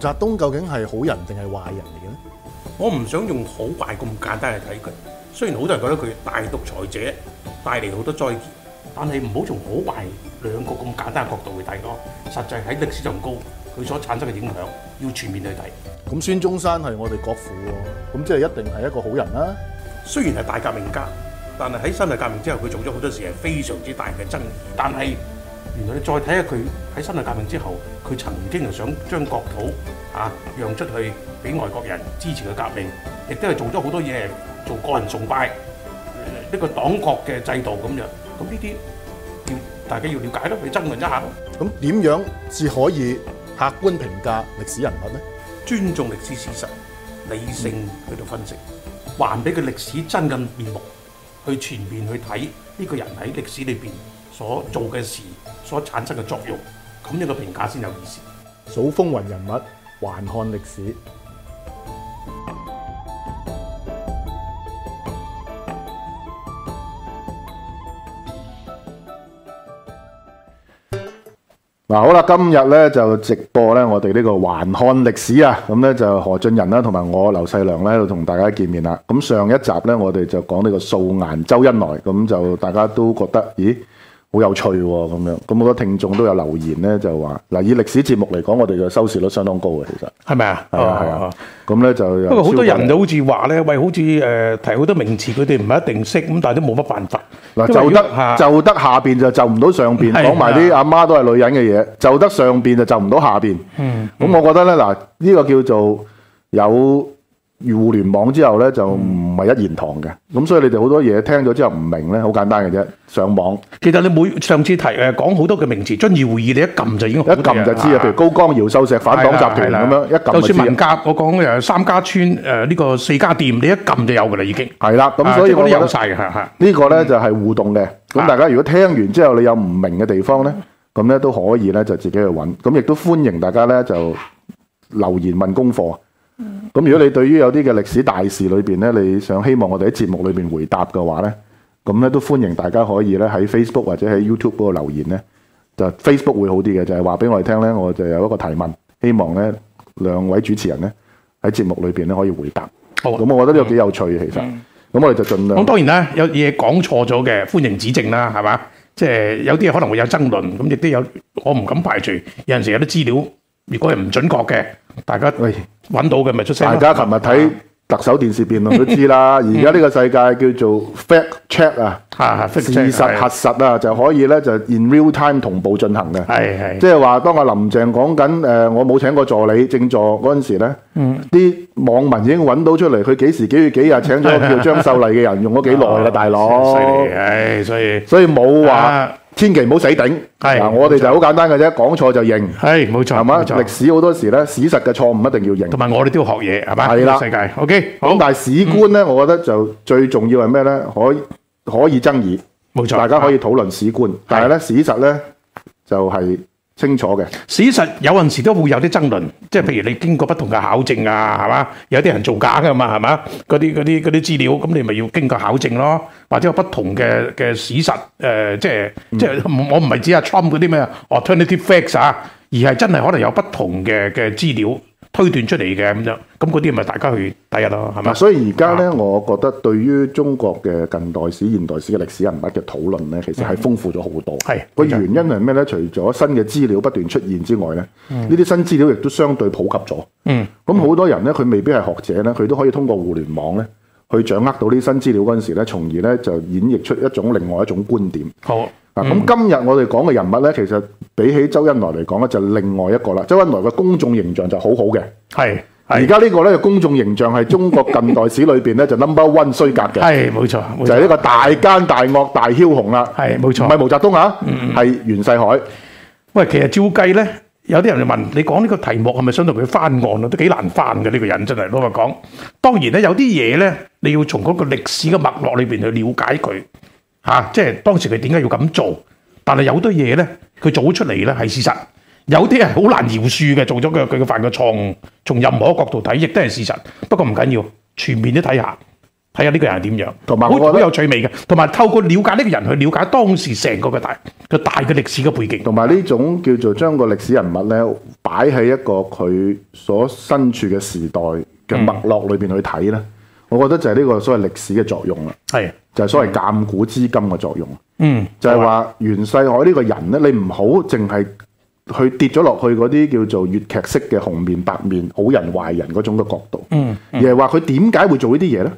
澤東究竟係好人定係壞人嚟嘅咧？我唔想用好壞咁簡單嚟睇佢。雖然好多人覺得佢大獨裁者帶嚟好多災劫，但係唔好從好壞兩個咁簡單嘅角度去睇咯。實際喺歷史上高，佢所產生嘅影響要全面去睇。咁孫中山係我哋國父喎，咁即係一定係一個好人啦。雖然係大革命家，但係喺辛亥革命之後，佢做咗好多事係非常之大嘅爭議。但係原來你再睇下佢喺辛亥革命之後，佢曾經係想將國土啊讓出去俾外國人支持佢革命，亦都係做咗好多嘢，做個人崇拜，呃一個黨國嘅制度咁樣。咁呢啲要大家要了解咯，去爭論一下咯。咁點樣至可以客觀評價歷史人物呢？尊重歷史事實，理性去到分析，還俾佢歷史真嘅面目，去全面去睇呢個人喺歷史裏邊所做嘅事，所產生嘅作用，咁樣嘅評價先有意思。數風雲人物，還看歷史。嗱好啦，今日咧就直播咧，我哋呢個環看歷史啊，咁咧就何俊仁啦，同埋我劉世良咧，喺度同大家見面啦。咁上一集咧，我哋就講呢個素顏周恩來，咁就大家都覺得，咦，好有趣喎、咁樣。咁好多聽眾都有留言咧，就話嗱，以歷史節目嚟講，我哋嘅收視率相當高嘅，其實係咪啊？係啊係啊。咁咧就不過好多人就就好似話咧，喂，好似誒、呃提好多名詞，佢哋唔係一定識，咁但係都冇乜辦法。嗱因為就如得果啊嚇就得下邊就就唔到上邊，係講埋啲啊阿媽都係女人嘅嘢，就得上邊就就唔到下邊。嗯咁我覺得咧，嗱，呢個叫做有互聯網之後咧，就唔係一言堂嘅。咁所以你哋好多嘢聽咗之後唔明咧，好簡單嘅啫，上網其實你每上次提誒講好多嘅名詞，遵義會議你一撳就已經一好多撳就知啊。譬如啦高江、姚秀石反黨啊集團係啦咁樣，一撳就就知算啊文。革，我講誒三家村誒呢個四家店，你一撳就有㗎啦已經。係啦，咁啊所以即係嗰啲我覺有得晒嘅嚇嚇。呢個咧就係互動嘅。咁啊大家如果聽完之後你有唔明嘅地方咧，咁咧都可以咧就自己去揾。咁亦都歡迎大家咧就留言問功課。咁如果你對於有啲嘅歷史大事裏邊咧，你想希望我哋喺節目裏邊回答嘅話咧，咁咧都歡迎大家可以咧喺 Facebook 或者喺 YouTube 嗰度留言咧，就 Facebook 會好啲嘅，就係話俾我哋聽咧，我就有一個提問，希望咧兩位主持人咧喺節目裏邊咧可以回答。好啊咁我覺得呢個幾有趣嘅，其實。咁我哋就盡量咁。當然啦，有嘢講錯咗嘅，歡迎指正啦，係嘛？即係有啲嘢可能會有爭論，咁亦都有我唔敢排除。有陣時有啲資料，如果係唔準確嘅，大家喂揾到嘅咪出聲大咯。家琴日啊睇特首電視辯 論都知啦，而家呢個世界叫做 fact check 啊，嚇事實核實啊，就可以咧就 in real time 同步進行嘅。係係即係話，當阿林鄭講緊誒，我冇請過助理正助嗰陣時咧，嗯啲、網民已經揾到出嚟，佢幾時幾月幾日請咗個叫張秀麗嘅人，用咗幾 耐啦，大佬啊犀。利，唉，所以所以冇話啊千祈唔好死頂。係嗱，我哋就好簡單嘅啫，講錯就認，係冇錯，係嘛？冇錯歷史好多時咧，史實嘅錯誤一定要認同。埋我哋都要學嘢，係嘛？係啦呢個世界，OK，好咁，但係史官咧，我覺得就最重要係咩咧？可以可以爭議，冇錯，啊大家可以討論史官，但係咧史實咧就係、清楚嘅，事實有陣時都會有啲爭論，即係譬如你經過不同嘅考證啊，係嘛？有啲人造假噶嘛，係嘛？嗰啲嗰啲嗰啲資料，咁你咪要經過考證咯，或者有不同嘅嘅史實，誒、呃即係嗯即係唔我唔係指阿 Trump 嗰啲咩 alternative facts 啊，而係真係可能有不同嘅嘅資料推斷出嚟嘅咁樣，咁嗰啲咪大家去睇下咯，係嘛啊嗱，？所以而家咧，我覺得對於中國嘅近代史、現代史嘅歷史人物嘅討論咧，其實係豐富咗好多。嗯係個原因係咩咧？除咗新嘅資料不斷出現之外咧，呢啲新資料亦都相對普及咗。嗯，咁好多人咧，佢未必係學者咧，佢都可以通過互聯網咧，去掌握到呢啲新資料嗰陣時咧，從而咧就演繹出一種另外一種觀點。好，嗱，咁今日我哋講嘅人物咧，其實比起周恩來嚟講咧，就另外一個啦。周恩來嘅公眾形象就好好嘅，係而係家呢個咧公眾形象係中國近代史裏邊咧就 number one 衰格嘅，係冇錯，冇就係錯呢個大奸大惡大梟雄啦，係冇唔錯係。毛澤東啊，係袁世凱。喂，其實照計咧，有啲人就問你講呢個題目係咪想同佢翻案啊？都幾難翻嘅呢個人真係老實講。當然咧，有啲嘢咧，你要從嗰個歷史嘅脈絡裏邊去了解佢嚇、啊即係當時佢點解要咁做。但係有好多嘢咧，佢做出嚟咧係事實，有啲係好難饒恕嘅，做咗佢佢犯嘅錯誤，從任何角度睇亦都係事實。不過唔緊要，全面都睇下。睇下呢個人係點樣，同埋好我覺得好有趣味嘅，同埋透過了解呢個人去了解當時成個嘅大嘅大嘅歷史嘅背景。同埋呢種叫做將個歷史人物咧擺喺一個佢所身處嘅時代嘅脈絡裏面去睇咧，我覺得就係呢個所謂歷史嘅作用啦，係，就係、所謂鑑古資金嘅作用。嗯，就係話袁世凱呢個人咧，你唔好淨係去跌咗落去嗰啲叫做粵劇式嘅紅面白面好人壞人嗰種嘅角度，嗯而係話佢點解會做呢啲嘢咧？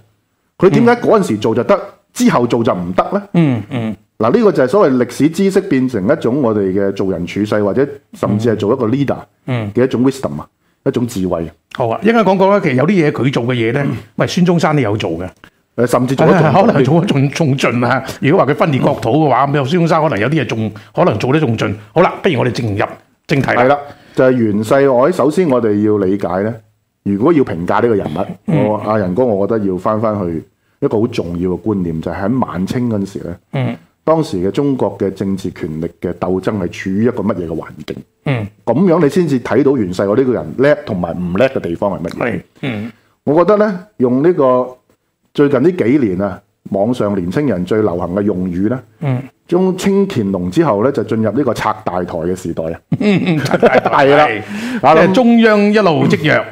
佢點解嗰陣時做就得，之後做就唔得咧？嗯嗯，嗱，呢個就係所謂歷史知識變成一種我哋嘅做人處世，或者甚嗯至係做一個 leader 嘅一種 wisdom 啊，一種智慧。好啊。一間講講咧，其實有啲嘢佢做嘅嘢咧，喂，孫中山都有做嘅，誒，呃甚嗯至做得仲 可能做得仲仲盡啊。如果話佢分裂國土嘅話，嗯咁有孫中山可能有啲嘢仲可能做得仲盡。好啦，不如我哋正入正題係啦。啦，就係袁世凱。首先我哋要理解咧，如果要評價呢個人嗯物，我阿仁哥，我覺得要翻翻去一個好重要嘅觀念，就係喺晚清嗰陣時咧，嗯當時嘅中國嘅政治權力嘅鬥爭係處於一個乜嘢嘅環境？嗯，咁樣你先至睇到袁世凱呢個人叻同埋唔叻嘅地方係乜嘢？係，嗯我覺得咧，用呢個最近呢幾年啊，網上年青人最流行嘅用語咧，嗯，中清乾隆之後咧，就進入呢個拆大台嘅時代啊，嗯嗯， 係係啦啊即咁係中央一路積弱。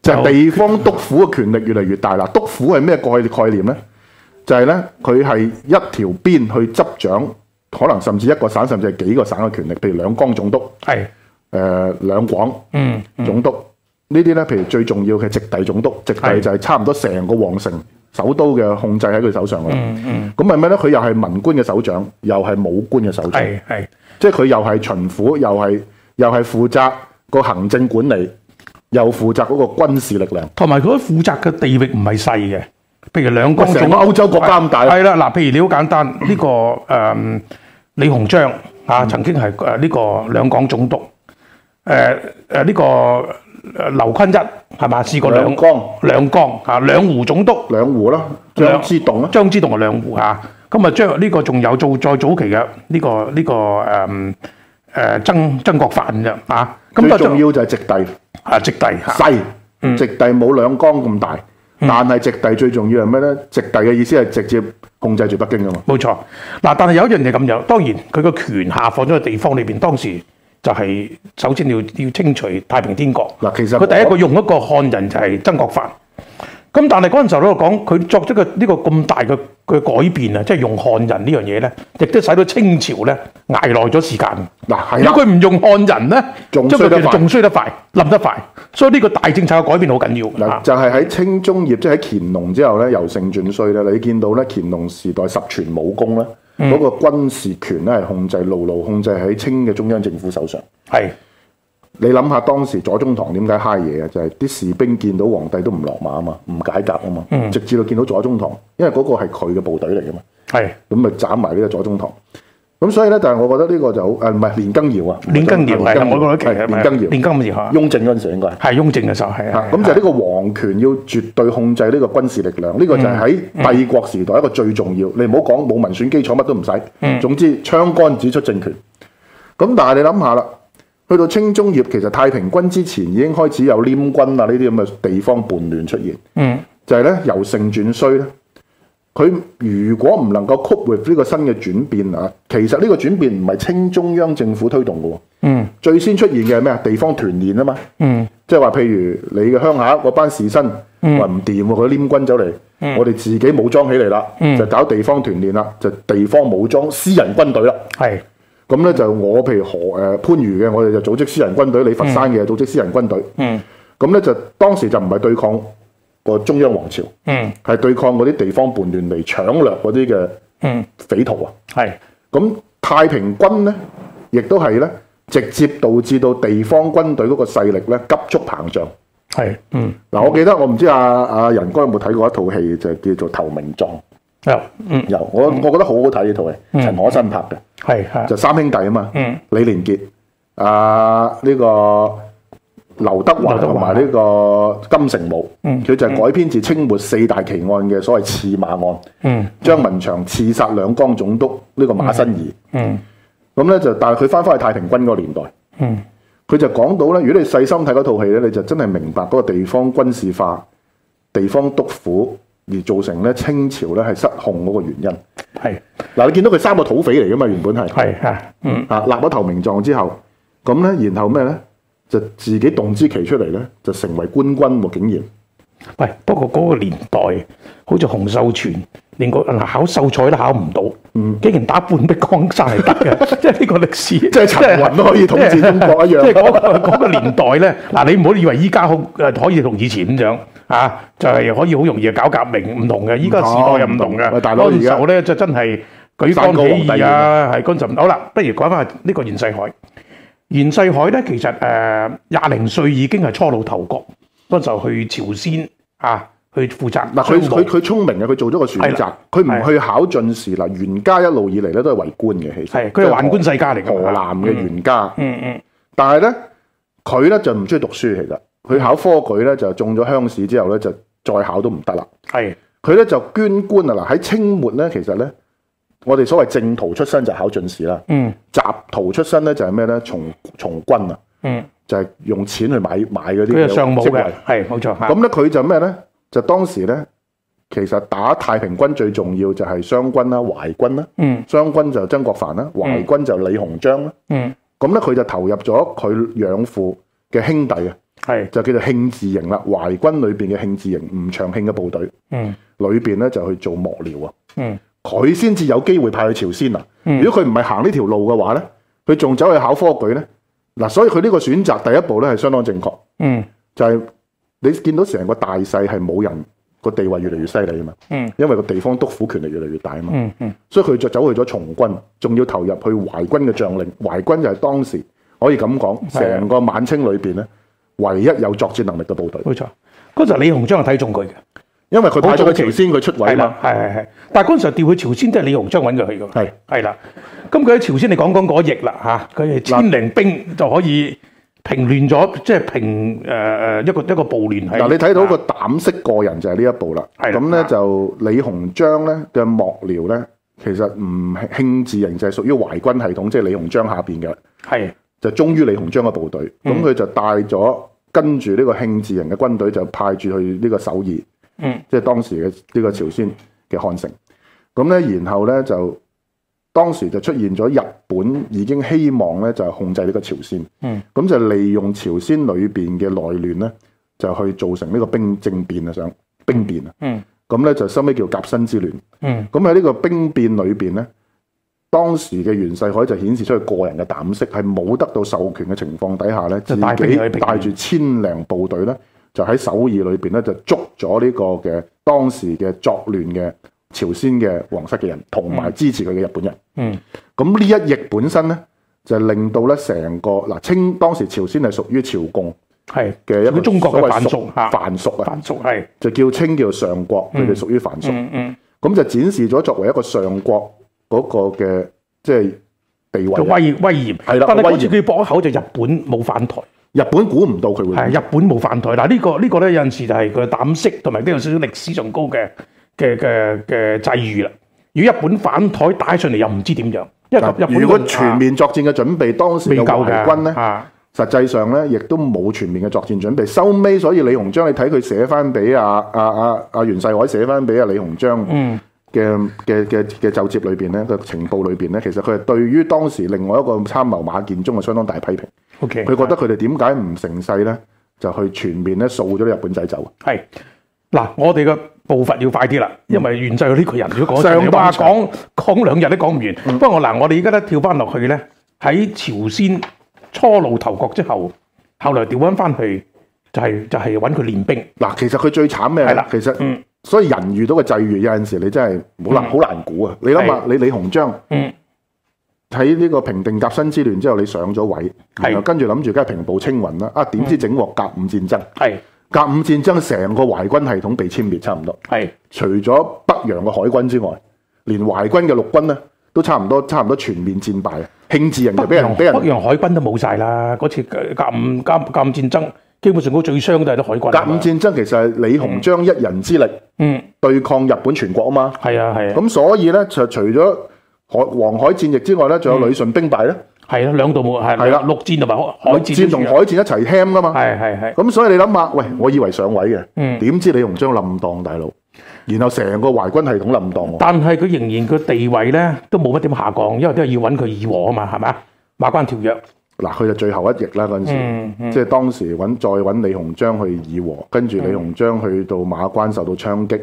就係地方督府嘅權力越嚟越大啦。督府係咩概概念咧？就係咧，佢係一條邊去執掌，可能甚至一個省，甚至係幾個省嘅權力，譬如兩江總督、誒、係，兩廣嗯總督呢啲咧，譬如最重要嘅直隸總督，直隸係就係差唔多成個皇城首都嘅控制喺佢手上噶啦。嗯咁係咩咧？佢又係文官嘅首長，又係武官嘅首長，係係。即係佢又係巡撫，又係又係負責個行政管理，又負責嗰個軍事力量。同埋佢負責嘅地域唔係細嘅，譬如兩江喂總成個歐洲國家咁大係啦，嗱，譬如你好簡單，呢、個誒、嗯李鴻章啊，曾經係誒呢個兩港總督，誒誒呢個誒劉坤一係嘛，試過兩兩江兩江啊兩湖總督，兩湖啦，兩張之洞啦，張之洞係兩湖啊，咁啊將呢個仲有做再早期嘅呢、個呢、個誒誒、曾曾國藩嘅啊，最咁就重要就係直隸啊直隸啊嗯細，直隸冇兩江咁大，但係直隸最重要係咩咧？直隸嘅意思係直接控制住北京噶嘛。冇錯，嗱，但係有一樣嘢咁樣，當然佢個權下放咗喺地方裏邊，當時就係首先要要清除太平天國。嗱，其實佢第一個我用一個漢人就係曾國藩，咁但係嗰陣時候咧講，佢作出個呢個咁大嘅嘅改變啊，即係用漢人呢樣嘢咧，亦都使到清朝咧捱耐咗時間。嗱係如啦，果佢唔用漢人咧，仲即係衰得佢快仲衰得快，冧得快，所以呢個大政策嘅改變好緊要。嗱啊就係喺清中葉，即係喺乾隆之後咧，由盛轉衰咧，你見到咧乾隆時代十全武功咧，嗯嗰個軍事權咧係控制牢牢控制喺清嘅中央政府手上。係你諗下當時左宗棠點解嗨嘢啊？就係、啲士兵見到皇帝都唔落馬啊嘛，唔解甲啊嘛，嗯直至到見到左宗棠，因為嗰個係佢嘅部隊嚟噶嘛，係咁咪斬埋呢個左宗棠。咁所以咧，但係我覺得呢個就好誒唔係連根搖啊，連根搖連係，我覺得係其連實根搖，連根搖雍正嗰陣時應該係。係雍正嘅時候係啊係咁就係呢個皇權要絕對控制呢個軍事力量，呢、個就係嗯喺帝國時代一個最重要。你唔好講冇民選基礎，乜都唔嗯使。總之槍杆指出政權。咁但係你諗下啦，去到清中葉，其實太平軍之前已經開始有黏軍啊呢啲咁嘅地方叛亂出現。嗯就係咧由盛轉衰咧，佢如果唔能夠 cope with 呢個新嘅轉變啊，其實呢個轉變唔係清中央政府推動嘅喎。嗯。最先出現嘅係咩啊？地方團練啊嘛。嗯。即係話，譬如你嘅鄉下嗰班士紳話唔掂喎，佢黏軍走嚟，嗯我哋自己武裝起嚟啦，就搞地方團練啦，就地方武裝私人軍隊啦。係咁咧就我譬如河誒、呃番禺嘅，我哋就組織私人軍隊；你佛山嘅組織私人軍隊。嗯咁咧就當時就唔係對抗個中央皇朝，嗯係對抗嗰啲地方叛亂嚟搶掠嗰啲嘅嗯匪徒啊。係咁太平軍呢，亦都係呢，直接導致到地方軍隊嗰個勢力呢急速膨脹。係嗯嗱，我記得我唔知阿阿仁哥有冇睇過一套戲，就叫做《投名狀》，有嗯有我我覺得好好睇呢套戲，陳可辛拍嘅，係係就三兄弟啊嘛，嗯李連杰、啊呢個劉德華劉德華同埋呢個金城武，嗯佢就係改編自清末四大奇案嘅所謂刺馬案，嗯張文祥刺殺兩江總督呢個馬新義。嗯咁咧就，但係佢翻返去太平軍嗰個年代，嗯佢就講到咧，如果你細心睇嗰套戲咧，你就真係明白嗰個地方軍事化、地方督府而造成咧清朝咧係失控嗰個原因。係嗱，你見到佢三個土匪嚟噶嘛，原本係係嚇，嗯啊立咗投名狀之後，咁咧然後咩咧就自己動之其出嚟咧，就成為官軍喎，竟然。喂，不過嗰個年代好似洪秀全。連個嗱考秀才都考唔到，嗯竟然打半壁江山係得嘅， 即係呢個歷史，即係陳雲都可以統治中國一樣即係嗰個嗰個年代咧， 嗱你唔好以為依家好誒可以同以前咁樣啊，就係可以好容易搞革命，唔同嘅，依家時代又唔同嘅。啊喂大佬嗰陣而家時候咧就真係舉山竿高起皇帝義啊，係乾甚。好啦，不如講翻呢個袁世凱。袁世凱咧，其實誒廿零歲已經係初露頭角，嗰陣時候去朝鮮啊，去負責嗱，商佢務佢佢聰明嘅，佢做咗個選係擇啦，佢唔係去考進士。嗱，袁家一路以嚟咧都係為官嘅，其實係佢係宦官世家嚟㗎河南嘅袁家，嗯嗯但係咧佢咧就唔中意讀書，其實佢考科舉咧就中咗鄉試之後咧就再考都唔得啦。係佢咧就捐官啊！嗱，喺清末咧，其實咧我哋所謂正途出身就考進士啦，嗯雜途出身咧就係咩咧？從從軍啊，嗯，就係、用錢去買買嗰啲佢係上武職位嘅，係冇錯嚇。咁咧佢就咩咧？就當時咧，其實打太平軍最重要就係湘軍啦、淮軍啦。嗯湘軍就曾國藩啦，淮軍就李鴻章啦。嗯咁咧佢就投入咗佢養父嘅兄弟嘅，係就叫做慶字營啦。淮軍裏邊嘅慶字營，吳長慶嘅部隊嗯裏邊咧就去做幕僚啊。嗯佢先至有機會派去朝鮮啊。嗯如果佢唔係行呢條路嘅話咧，佢仲走去考科舉咧，嗱，所以佢呢個選擇第一步咧係相當正確。嗯就係你見到成個大勢係冇人個地位越嚟越犀利啊嘛，嗯因為個地方督撫權力越嚟越大啊嘛，嗯嗯所以佢就走去咗從軍，仲要投入去淮軍嘅將領。淮軍就係當時可以咁講，係啊成個晚清裏邊咧唯一有作戰能力嘅部隊，冇錯。嗰陣李鴻章係睇中佢嘅。因為佢派咗好去早朝期鮮，佢出位係啊啦嘛，，係係係。但係嗰陣時候調去朝鮮都係李鴻章揾佢去㗎。係係啦，咁佢喺朝鮮你講講嗰役啦嚇，佢係千零兵就可以平亂咗，即係平誒誒、呃一個一個暴亂啊係。嗱，你睇到個膽識過人就係呢一步啦。係啦咁咧啊就李鴻章咧嘅幕僚咧，其實唔係慶字營就係屬於淮軍系統，即係李鴻章下邊嘅。係就忠於李鴻章嘅部隊，咁嗯佢就帶咗跟住呢個慶字營嘅軍隊就派住去呢個首爾，嗯即係當時嘅呢個朝鮮嘅漢城。咁咧，然後咧就當時就出現咗日本已經希望咧就係控制呢個朝鮮，嗯咁就利用朝鮮裏邊嘅內亂咧，就去造成呢個兵政變啊，想兵變啊，嗯咁咧就收尾叫甲申之亂。嗯咁喺呢個兵變裏邊咧，當時嘅袁世凱就顯示出佢個人嘅膽識，係冇得到授權嘅情況底下咧，自就帶兵去己平帶住千零部隊咧，就喺首爾裏邊咧就捉咗呢個嘅當時嘅作亂嘅朝鮮嘅皇室嘅人，同埋支持佢嘅日本人。嗯咁呢一役本身咧，就令到咧成個嗱清當時朝鮮係屬於朝貢係嘅一屬個於中國所謂嘅藩屬嚇，藩屬啊，藩屬係就叫清叫上國，佢哋屬於藩屬。嗯嗯咁就展示咗作為一個上國嗰個嘅即係地就位啊。威威嚴係啦但係威嗰嚴次佢駁口就日本冇反台。日本估唔到佢會係日本冇反台嗱，呢、個呢、個咧有陣時就係佢膽識同埋都有少少歷史上高嘅嘅嘅嘅際遇啦。如果日本反台打起上嚟又唔知點樣，因為日嗱本如果全面作戰嘅準備，當時未嘅夠淮嘅軍咧，啊實際上咧亦都冇全面嘅作戰準備。收尾，所以李鴻章，你睇佢寫翻俾阿阿阿阿袁世凱寫翻俾阿李鴻章嗯嘅嘅嘅嘅奏摺裏邊咧，個情報裏邊咧，其實佢係對於當時另外一個參謀馬建忠係相當大批評。 ，OK，佢覺得佢哋點解唔成勢咧，就去全面咧掃咗啲日本仔走。係嗱，我哋嘅步伐要快啲啦，因為袁世凱呢個人如果講嗯上上當話場嗯講講兩日都講唔完。不過我嗱，我哋而家咧跳翻落去咧，喺朝鮮初露頭角之後，後來調翻翻去就係、就係揾佢練兵。嗱，其實佢最慘咩呢？係啦其實、嗯所以人遇到嘅際遇有陣時你真係好難好、難估啊！你諗下，你李鴻章嗯喺呢個平定甲申之亂之後，你上咗位，然後跟住諗住梗係平步青雲啦。啊，點知嗯整鑊甲午戰爭？係甲午戰爭成個淮軍系統被殲滅，差唔多。係除咗北洋嘅海軍之外，連淮軍嘅陸軍呢都差唔多，差唔多全面戰敗啊！慶治人就俾北人洋俾北人洋海軍都冇晒啦，嗰次甲甲午甲甲午戰爭，基本上嗰最傷都係啲海軍。甲午戰爭其實係李鴻章一人之力嗯，對抗日本全國啊嘛。係啊係啊，咁所以咧就除咗海黃海戰役之外咧，仲有旅順兵敗咧，係啊兩度冇係係啦陸戰同埋海海陸戰戰同海戰一齊 ham 噶嘛。係係係咁所以你諗下，喂，我以為上位嘅，嗯點知李鴻章冧檔大佬，然後成個淮軍系統冧檔喎。但係佢仍然個地位咧都冇乜點下降，因為都係要揾佢議和啊嘛，係咪啊？馬關條約，嗱，佢就最後一役啦嗰陣時，嗯即係當時揾再揾李鴻章去議和，跟住李鴻章去到馬關受到槍擊，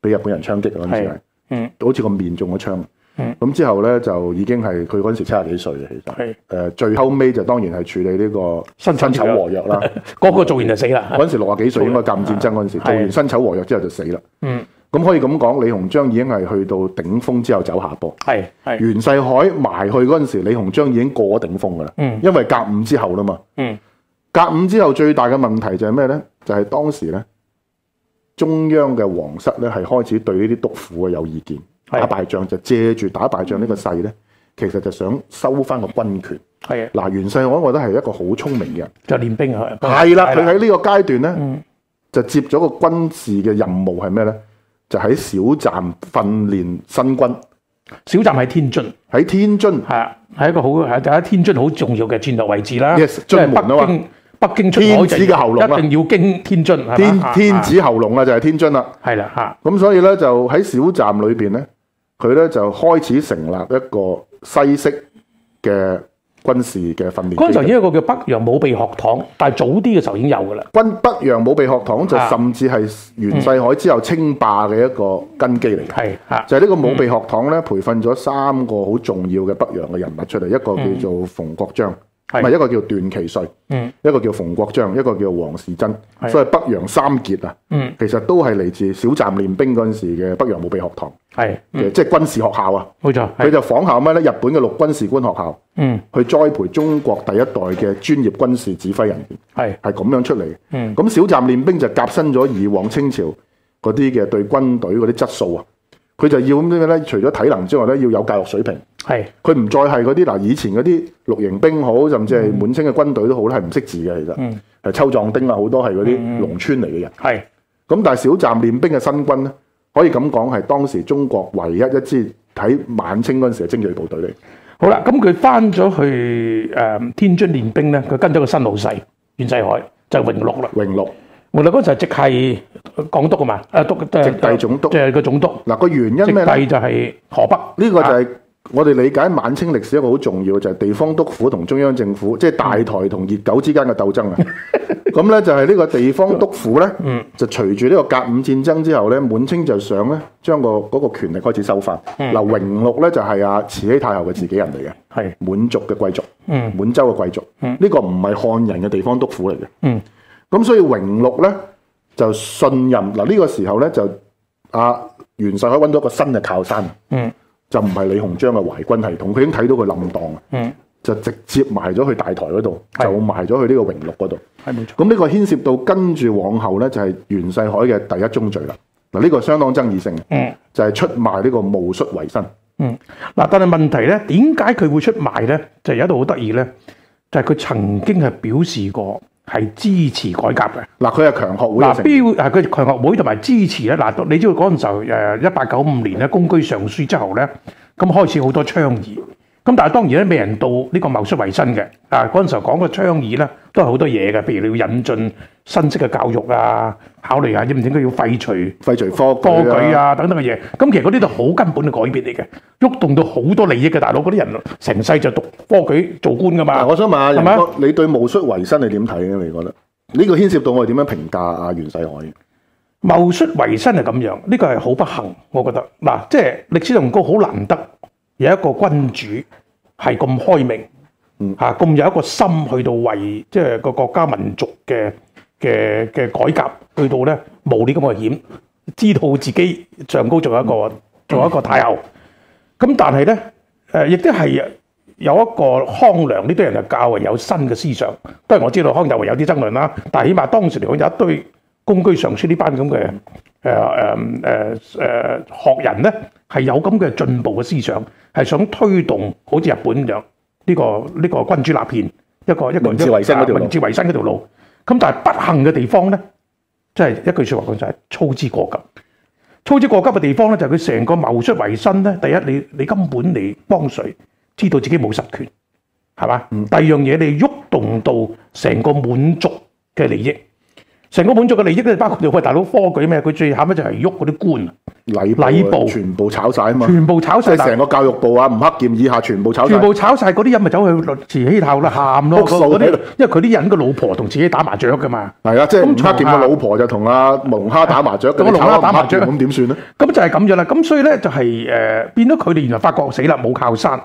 俾日本人槍擊嗰陣時係係，嗯好似個面中咗槍。嗯咁之後咧就已經係佢嗰陣時七十幾歲嘅，其實誒係、最後尾就當然係處理呢個辛丑條約丑和約 啦。個個做完就死啦嗰。陣時六十幾歲應該鑑戰爭嗰陣時，係做完辛丑和約之後就死啦。嗯，咁可以咁講，李鴻章已經係去到頂峰之後走下坡。係係，袁世凱埋去嗰陣時，李鴻章已經過咗頂峰㗎啦。嗯因為甲午之後啦嘛。嗯甲午之後最大嘅問題就係咩呢？就係、當時呢，中央嘅皇室呢係開始對呢啲督府啊有意見，係打敗仗就借住打敗仗呢個勢呢，其實就想收翻個軍權。係啊，嗱，袁世凱我覺得係一個好聰明嘅人，就練兵啊。係啦，係佢喺呢個階段呢，嗯就接咗個軍事嘅任務係咩呢？就喺小站訓練新軍，小站喺天津，喺天津係啊，係一個好係大家天津好重要嘅戰略位置啦。 Yes，因為津門啊嘛北京北京出海就天子嘅喉嚨啊一定要經天津，係嘛天啊天啊子喉嚨啦，就係天津啦。係啦啊嚇，咁所以咧就喺小站裏面咧，佢咧就開始成立一個西式嘅軍事嘅訓練嗰陣時候已基地。經有一個叫北洋武備學堂，但係早啲嘅時候已經有㗎啦。軍北洋武備學堂就啊甚至係袁世凱之後稱霸嘅一個根基嚟嘅。係啊嚇，就係呢個武備學堂咧，培訓咗三個好重要嘅北洋嘅人物出嚟，一個叫做馮國璋，唔嗯係係一個叫段祺瑞，嗯一個叫馮國璋，一個叫黃士珍，係所以北洋三傑啊，嗯其實都係嚟自小站練兵嗰陣時嘅北洋武備學堂係嘅，即係軍事學校啊。冇錯，佢嗯係就仿效咩咧？日本嘅陸軍士官學校嗯去栽培中國第一代嘅專業軍事指揮人員，係係咁樣出嚟嘅。嗯咁小站練兵就夾新咗以往清朝嗰啲嘅對軍隊嗰啲質素啊，佢就要咩咧？除咗體能之外咧，要有教育水平。係佢唔再係嗰啲嗱，以前嗰啲綠營兵好，甚至係滿清嘅軍隊都好咧，係唔識字嘅其實，係、抽壯丁啊，好多係嗰啲農村嚟嘅人。係咁但係小站練兵嘅新軍咧，可以咁講係當時中國唯一一支喺晚清嗰陣時嘅精鋭部隊嚟。好啦。咁佢翻咗去誒、嗯天津練兵咧，佢跟咗個新老細袁世凱，就係榮祿啦。榮祿榮祿嗰陣係直係港督啊嘛，誒督直隸總督即係個總督。嗱個原因直咩咧？隸就係河北，呢個就係我哋理解晚清歷史一個好重要嘅就係地方督府同中央政府，即係大台同熱狗之間嘅鬥爭啊！咁咧就係呢個地方督府咧，就隨住呢個甲午戰爭之後咧，滿清就想咧將個嗰個權力開始收翻。嗱，榮祿咧就係阿慈禧太后嘅自己人嚟嘅。係滿族嘅貴族，嗯滿洲嘅貴族，呢、個唔係漢人嘅地方督府嚟嘅。嗯，咁所以榮祿咧就信任嗱呢、個時候咧就啊、袁世凱揾到一個新嘅靠山，嗯，就唔係李鴻章嘅淮軍系統，佢已經睇到佢冧檔，嗯，就直接埋咗去大台嗰度，係就埋咗去呢個榮祿嗰度。係冇錯。咁呢個牽涉到跟住往後咧就係、袁世凱嘅第一宗罪啦。嗱呢個相當爭議性嘅，嗯就係出賣呢個戊戌為新。嗯，嗱，但係問題咧，點解佢會出賣咧？就有一度好得意咧，就係、佢曾經係表示過係支持改革嘅。嗱佢係強學會嘅嗱，成員，標誒佢強學會同埋支持咧，嗱，你知道嗰陣時候誒一八九五年咧公居上書之後咧，咁開始好多倡議，咁但係當然咧未人到呢個戊戌維新嘅，啊嗰陣時候講嘅倡議咧都係好多嘢嘅，譬如你要引進新式嘅教育啊，考慮下應唔應該要廢除廢除科科舉，啊等等嘅嘢，咁其實嗰啲都好根本嘅改變嚟嘅，喐動到好多利益嘅大佬，嗰啲人成世就讀科舉做官噶嘛嗱，，我想問下係仁咪啊哥，你對戊戌維新你點睇咧？你覺得呢個牽涉到我哋點樣評價阿袁世凱？謀戌為新啊係咁樣，呢、個係好不幸，我覺得嗱，即係歷史上高好難得有一個君主係咁開嗯明，嚇咁、有一個心去到為即係個國家民族嘅嘅嘅改革，去到咧無呢咁嘅險，知道自己上高仲有一個嗯仲有一個太后，咁但係咧誒亦都係有一個康梁呢堆人就較為有新嘅思想，當然我知道康有為有啲爭論啦，但係起碼當時嚟講有一堆公居上書呢班咁嘅呃誒誒誒誒呃學人咧係有咁嘅進步嘅思想，係想推動好似日本咁樣呢個呢、個君主立憲一個一個明治維新嗰條路明治維新嗰條路。咁但係不幸嘅地方咧，即係一句説話講就係操之過急。操之過急嘅地方咧，就係佢成個謀出為新咧。第一，你你根本你幫誰知道自己冇實權，嗯係嘛？第二樣嘢，你喐動到成個滿族嘅利益。成個滿族嘅利益咧，包括到喂大佬科舉咩，佢最慘咧就係喐嗰啲官啊，禮禮部全部炒晒啊嘛，全部炒即晒係，成個教育部啊，吳克儉以下全部炒晒全。部炒晒嗰啲人咪走去律慈禧太后啦，喊咯哭訴嗰啲喺度，因為佢啲人嘅老婆同自己打麻雀噶嘛。係啊，即係咁吳克儉從下嘅老婆就同阿龍蝦打麻雀，咁咁你龍蝦炒阿吳打麻雀克儉咁點算咧？咁就係咁樣啦。咁所以咧就係、呃變咗佢哋原來發覺死啦冇靠山。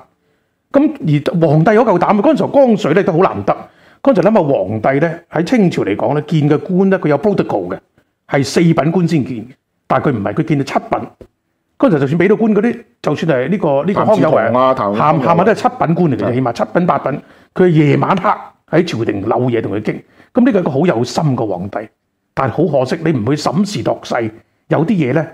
咁而皇帝有嚿膽，嗰陣時候江水咧都好難得。嗰陣時諗下皇帝咧喺清朝嚟講咧見嘅官咧佢有 protocol 嘅，係四品官先見嘅，但係佢唔係佢見到七品。嗰陣時候就算俾到官嗰啲，就算係呢、個呢、個譚康志有為同啊譚喊康有喊為下都係七品官嚟啊嘅，起碼七品八品。佢係夜晚黑喺朝廷漏夜同佢傾，咁呢個係一個好有心嘅皇帝。但係好可惜，你唔去審時度勢，有啲嘢咧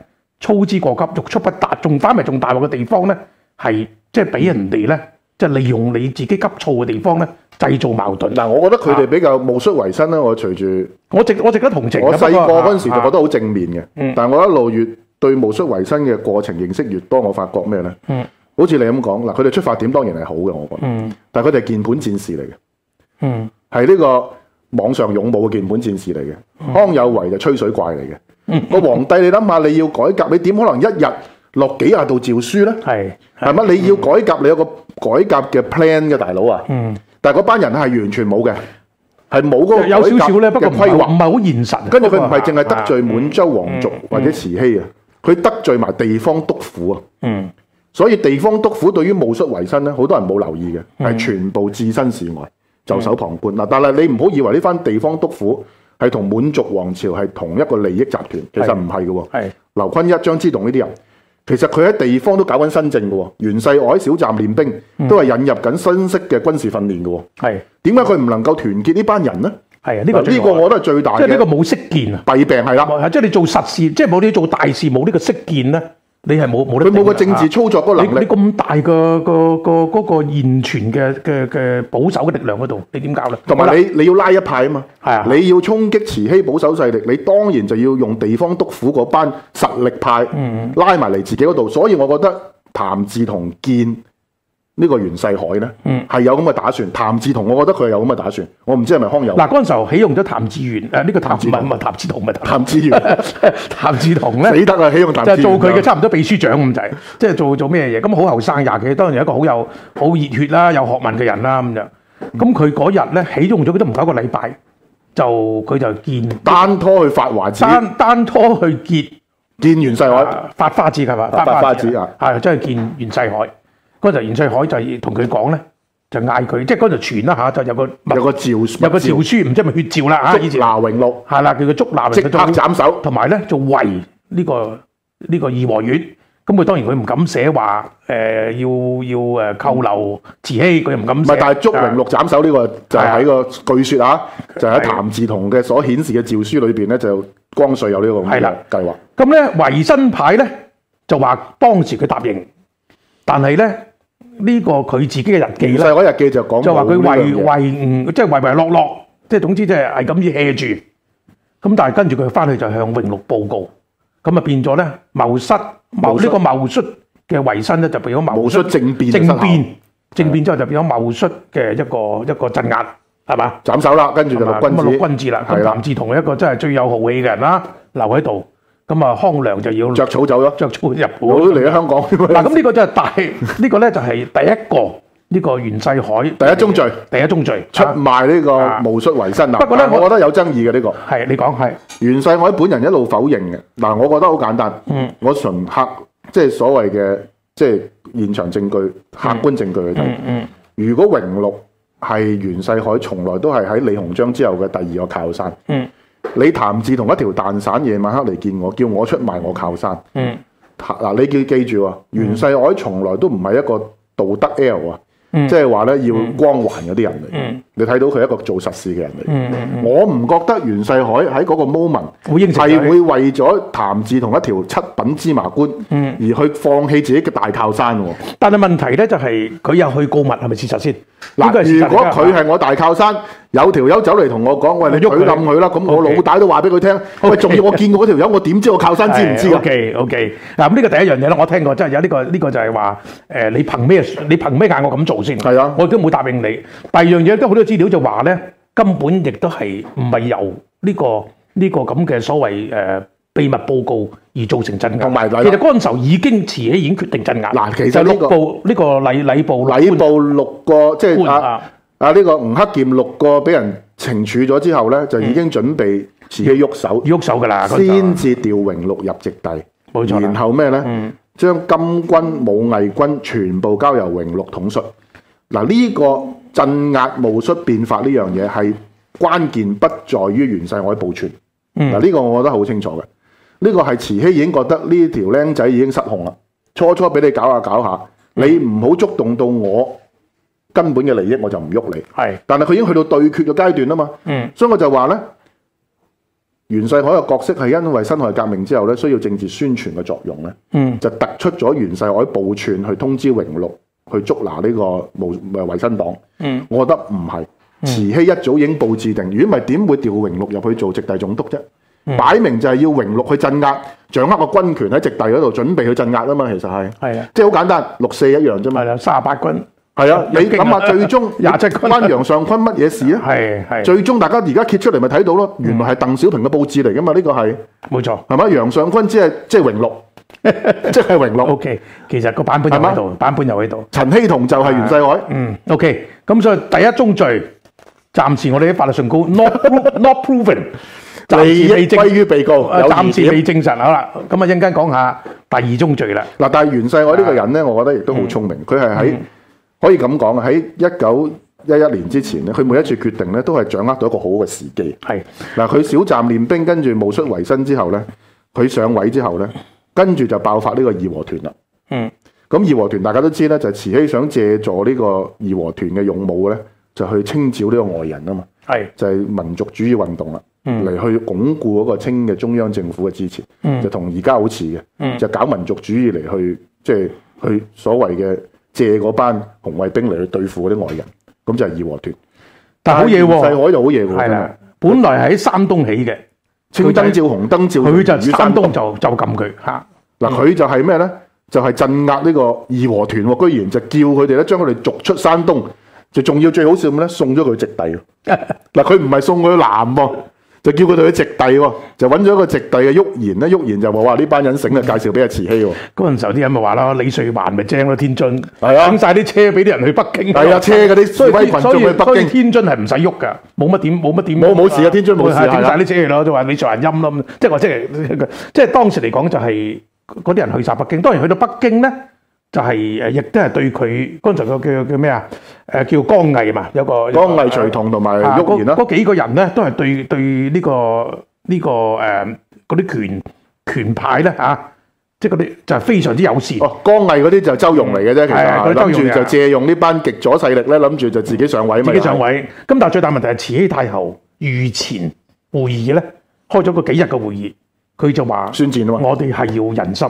操之過急，欲速不達。仲反為仲大鑊嘅地方咧，係即係俾人哋咧，即係利用你自己急躁嘅地方咧，製造矛盾。嗱，我覺得佢哋比較務須為身啦。我隨住我值我值得同情㗎。啊我細個不過嗰陣時就覺啊得好正面嘅，但我一路越對務須為身嘅過程認識越多，我發覺咩咧？嗯好似你咁講，嗱，佢哋出發點當然係好嘅，我覺得，但係佢哋係鍵盤戰士嚟嘅。嗯係呢個網上勇武嘅鍵盤戰士嚟嗯嘅。康有為就吹水怪嚟嘅。個皇帝你諗下，你要改革，你點可能一日落幾廿度詔書呢？係係咪？你要改革，你有個改革嘅 plan 嘅大佬啊。嗯但係嗰班人係完全冇嘅，係冇嗰個有少少咧，不改革過唔嘅規係劃。唔係好現實。跟住佢唔不過係淨係得罪啊滿洲皇族或者慈禧啊，佢得罪埋地方督府啊。嗯所以地方督府對於戊戌維新咧，好多人冇留意嘅，係全部置身事外，袖手旁觀嗱。但係你唔好以為呢班地方督府係同滿族王朝係同一個利益集團，其實唔係嘅喎。係劉坤一、張之洞呢啲人，其實佢喺地方都搞緊新政嘅喎，袁世凱小站練兵都係引入緊新式嘅軍事訓練嘅喎。係點解佢唔能夠團結呢班人呢？係啊！呢呢個最個我覺得係最大即係呢個嘅冇識見啊！弊病係啦。即係你做實事，即係冇你做大事冇呢個識見咧，你係冇冇得佢冇個頂㗎政治操作嗰個你能啊你力，咁大個個個嗰個現存嘅嘅嘅保守嘅力量嗰度，你點搞咧？同好埋啦你你要拉一派啊嘛。係啊，你要衝擊慈禧保守勢力，你當然就要用地方督府嗰班實力派嗯拉埋嚟自己嗰度。所以我覺得譚志同建呢個袁世凱呢，嗯係、有咁嘅打算。譚志同我覺得佢係有咁嘅打算，我唔知係咪康有為嗱嗰陣時候起用咗譚志源誒呢個譚志唔係唔係譚志同唔係譚譚志源 譚志同咧。死得啦，起用譚就係志源啊做佢嘅啦差唔多秘書長咁滯，即係做做咩嘢？咁好後生廿幾，當然係一個好有好熱血啦、有學問嘅人啦咁樣。咁佢嗰日咧起用咗佢都唔夠一個禮拜，就佢就見單拖去發華子，單單拖去結。見袁世凱。啊發花子係嘛？發花子啊係真係見袁世凱。嗰陣袁世凱就同佢講咧，就嗌佢，即係嗰陣傳啦嚇，就有個有個趙有個詔書，唔知係咪血詔啦嚇，啊以前拿榮祿係啦，叫佢捉拿人即刻斬首，同埋咧就圍呢、個呢、個義和院。咁佢當然佢唔敢寫話誒、要要誒扣留慈禧，佢又唔敢啊唔寫。係，但係捉榮祿斬首呢個就係喺個據說啊，就喺啊係譚志同嘅所顯示嘅詔書裏邊咧，就光緒有呢個咁係啦嘅計劃。咁咧維新派咧就話當時佢答應，但係咧呢、個佢自己嘅日記袁咧世。凱日記就講就話佢唯冇呢樣嘢唯唔即係唯唯諾諾，即係總之即係係咁要 hea 住。咁但係跟住佢翻去就向榮禄報告，咁啊變咗咧謀失謀謀失呢個謀戌嘅維新咧就變咗謀戊戌政變就失效政變，政變之後就變咗謀戌嘅一個一個鎮壓，係嘛？斬首啦，跟住咁就六啊君子，六君子啦，係咁啦譚志同一個真係最有豪氣嘅人啦，留喺度。咁啊康良就要着草走咗，着草入我本。都嚟咗香嗱 港。咁呢個真係大，呢個咧就係第一個呢個袁世凱第一宗罪第一宗罪出啊賣呢啊個戊戌維新啊！不過呢但係我覺得有爭議嘅呢個係你講係袁世凱本人一路否認嘅。嗱，我覺得好簡單，嗯我純客即係所謂嘅即係現場證據、客觀證據去睇。如果榮祿係袁世凱從來都係喺李鴻章之後嘅第二個靠山，嗯你譚志同一條蛋散夜晚黑嚟見我，叫我出賣我靠山。嗯嗱，你要記住啊，袁世凱從來都唔係一個道德 L 啊，嗯即係話咧要光環嗰啲人嚟。你睇到佢係一個做實事嘅人嚟。嗯我唔覺得袁世凱喺嗰 個 moment 會應承佢係會為咗譚志同一條七品芝麻官嗯而去放棄自己嘅大靠山喎。但係問題咧就係、佢又去告密係咪事實先？呢個係事實嗱，嚟如㗎果佢係我大靠山，有條友走嚟同我講：，喂，你啊喐佢佢冧佢啦！咁我 OK 老大都話俾佢聽，喂，仲要我見過嗰條友，我點知我靠山知唔知啊？ ？OK OK，嗱咁呢個第一樣嘢啦，我聽過真係有呢、個呢、個就係話誒，你憑咩你憑咩嗌我咁做先？係啊我亦都冇答應你。第二樣嘢都好多資料就話咧，根本亦都係唔係由呢、個呢、呢個咁嘅所謂誒、呃秘密報告而造成鎮壓。同埋其嗱實嗰陣時候已經慈禧已經決定鎮壓。嗱其實就呢六個部呢個禮禮部禮部六個即係官啊啊，啊呢個吳克儉六個俾人懲處咗之後咧，就已嗯經準備自己喐手，要喐手㗎啦，啊嗰陣時候先至調榮六入直隸。冇錯啦嗯然後咩咧？將金軍武藝軍全部交由榮六統率。嗱，呢個鎮壓戊戌變法呢樣嘢係關鍵，不在於袁世凱報傳。嗯嗱，呢個我覺得好清楚嘅。呢個係慈禧已經覺得呢條僆仔已經失控啦。初初俾你搞下搞下，嗯你唔好觸動到我根本嘅利益，我就唔喐你。係但係佢已經去到對決嘅階段啦啊嘛。嗯所以我就話呢，袁世凱嘅角色係因為辛亥革命之後咧，需要政治宣傳嘅作用呢，嗯就突出咗袁世凱報串去通知榮祿去捉拿呢個無維新黨。嗯，我覺得唔係，慈禧一早已經佈置定，如果唔係點會調榮祿入去做直隸總督啫？嗯擺明就係要榮祿去鎮壓，掌握個軍權喺直隸嗰度，準備去鎮壓啊嘛。其實係，係啊即係好簡單，六四一樣啫嘛係。啦，三十八軍係啊，你有經啊諗下最終廿七軍啊關楊尚昆乜嘢事啊？係係最終大家而家揭出嚟咪睇到咯，原來係鄧小平嘅報紙嚟噶嘛？呢個係冇錯。係咪？楊尚昆只係即係榮祿， 即係榮祿。 OK，其實個版本又喺度，版本又喺度。陳希同就係袁世凱，嗯，OK，咁所以第一宗罪，暫時我哋喺法律上高 not pro- not proven，暫利時益未歸證，於被告，有暫時疑點啊未證實好啦。咁啊，一陣間講下第二宗罪啦。嗱，但係袁世凱呢個人咧，我覺得亦都好聰明。佢係喺可以咁講喺一九一一年之前咧，佢每一次決定咧都係掌握到一個好嘅時機。係嗱，佢小站練兵，跟住戊戌維新之後咧，佢上位之後咧，跟住就爆發呢個義和團啦。嗯，咁義和團大家都知咧，就係慈禧想借助呢個義和團嘅勇武咧，就去清剿呢個外人啊嘛。係就係民族主義運動啦，嗯嚟、去鞏固嗰個清嘅中央政府嘅支持，就同而家好似嘅，嗯就搞民族主義嚟去即係、去所謂嘅借嗰班紅衛兵嚟去對付嗰啲外人，咁就係義和團。但好嘢袁世喎，凱就好嘢喎，係真哎啦係，本來喺山東起嘅，青燈照紅燈照，佢就魚山東燈就就撳佢嚇。嗱，佢就係咩咧？就係、鎮壓呢個義和團喎，居然就叫佢哋咧將佢哋逐出山東，就仲要最好笑咁咧，送咗佢直隸喎。嗱，佢唔係送佢去南喎，就叫佢哋去直隸喎，就揾咗一個直隸嘅鬱賢咧，鬱賢就話：哇，呢班人醒啊，介紹俾阿慈禧喎。嗰陣時候啲人咪話啦，李瑞環咪精咯，天津係啊等晒啲車俾啲人去北京，係啊車嗰啲示威群眾去北京所以所以天津係唔使喐㗎，冇乜點冇乜點，冇冇事啊天津冇事係係點啊晒啲車咯，就話李瑞環陰啦，咁即係話即係即係當時嚟講就係嗰啲人去晒北京，當然去到北京咧。就係誒，亦都係對佢嗰陣時個叫叫咩啊？誒叫江毅嘛，有個江毅、徐同同埋啊鬱嗰賢啦，嗰幾個人咧，都係對對呢、個呢、個誒嗰啲權權派咧嚇、啊即係嗰啲就係非常之友善。哦，江毅嗰啲就周融嚟嘅啫，其係實啊佢係周融諗住嚟啊就借用呢班極左勢力咧，諗住就自己上位自嘛。己上位。咁但係最大問題係慈禧太后御前會議咧，開咗個幾日嘅會議，佢就話：宣戰啊嘛。我哋係要人心，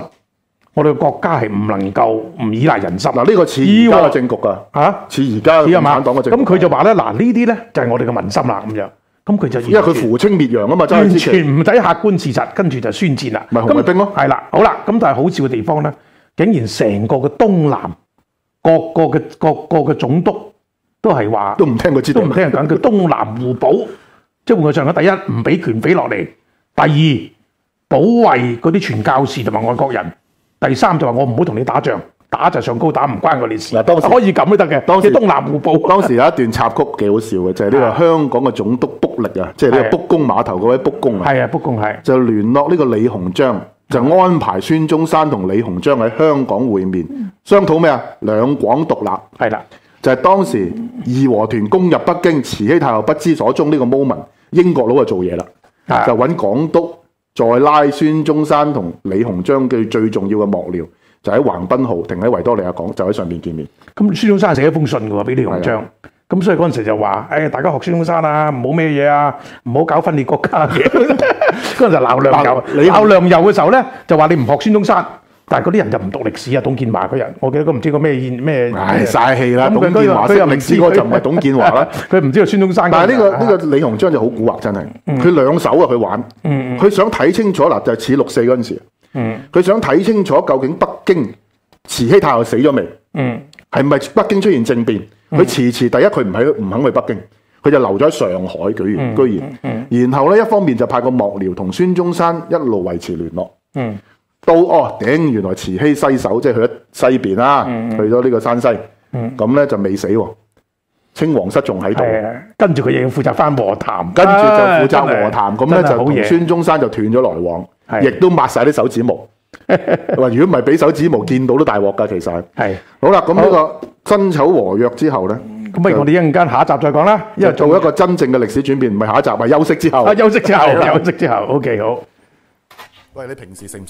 我哋國家係唔能夠唔依賴人心嗱，呢個似而家嘅政局啊，啊！似而家嘅知共係嘛？產黨嘅政局。咁佢就話咧：嗱，呢啲咧就係我哋嘅民心啦，咁樣。咁佢就因為佢扶清滅洋啊嘛，真係完之前。全唔使客觀事實，跟住就宣戰啦。咪紅衛兵咯咁係啦，好啦，咁但係好笑嘅地方咧，竟然成個嘅東南各個嘅各個嘅總督都係話都唔聽佢知啊都道唔。聽人講，叫東南互保，即係換句上講，第一唔俾權匪落嚟，第二保衞嗰啲傳教士同埋外國人，第三就話我唔好同你打仗，打就上高打，唔關我哋事。嗱當時可以咁都得嘅，當時即係東南互保。當時有一段插曲幾好笑嘅，就係、呢個香港嘅總督卜力啊，即係呢係個卜公碼頭嗰位卜公啊，係啊，不共係就聯絡呢個李鴻章，就安排孫中山同李鴻章喺香港會面，嗯商討咩啊？兩廣獨立，係啦，就係、當時義和團攻入北京，慈禧太后不知所蹤呢個 moment，英國佬就做嘢啦，係就揾港督再拉孫中山同李鴻章嘅最重要嘅幕僚，就喺橫濱號停喺維多利亞港，就喺上面見面。咁孫中山寫一封信嘅喎，俾李啊鴻章。咁所以嗰陣時就話：，誒、大家學孫中山啊，唔好咩嘢啊，唔好搞分裂國家嘅。 嗰陣就鬧梁鬧友，李鴻鬧梁友嘅時候咧，就話你唔學孫中山，但係嗰啲人就唔讀歷史啊。董建華嗰人，我記得佢唔知個咩燕咩，唉，嘥氣啦！咁董佢建華佢識又歷史唔知嗰個就唔係董建華啦。佢唔知道孫中山。但係呢個呢個李鴻章就好蠱惑，真係嗯佢兩手啊，佢玩，佢想睇清楚嗱，就係似六四嗰陣時，嗯佢想睇清楚究竟北京慈禧太后嗯死咗未？係咪北京出現政變？佢遲遲第一佢唔喺唔肯去北京，佢就留咗喺上海，居嗯然居然，然後咧一方面就派個幕僚同孫中山一路維持聯絡。嗯，到哦頂，原來慈禧西首即係去咗西邊啦，嗯去咗呢個山西，咁咧就未死喎，清皇室仲喺度。係啊跟住佢又要負責翻和談，跟住就負責唉和談，真係咁咧哎真係就好同嘢。孫中山就斷咗來往，係亦都抹晒啲手指 毛。話如果唔係俾手指毛見到都大鑊㗎，其實。係好啦，咁呢個辛丑和約之後咧，咁不如我哋一陣間下一集再講啦，因就為做一個真正嘅歷史轉變，唔係下一集，係休息之後啊。休息之後，係啦休息之後，OK 好。喂，你平時食唔食？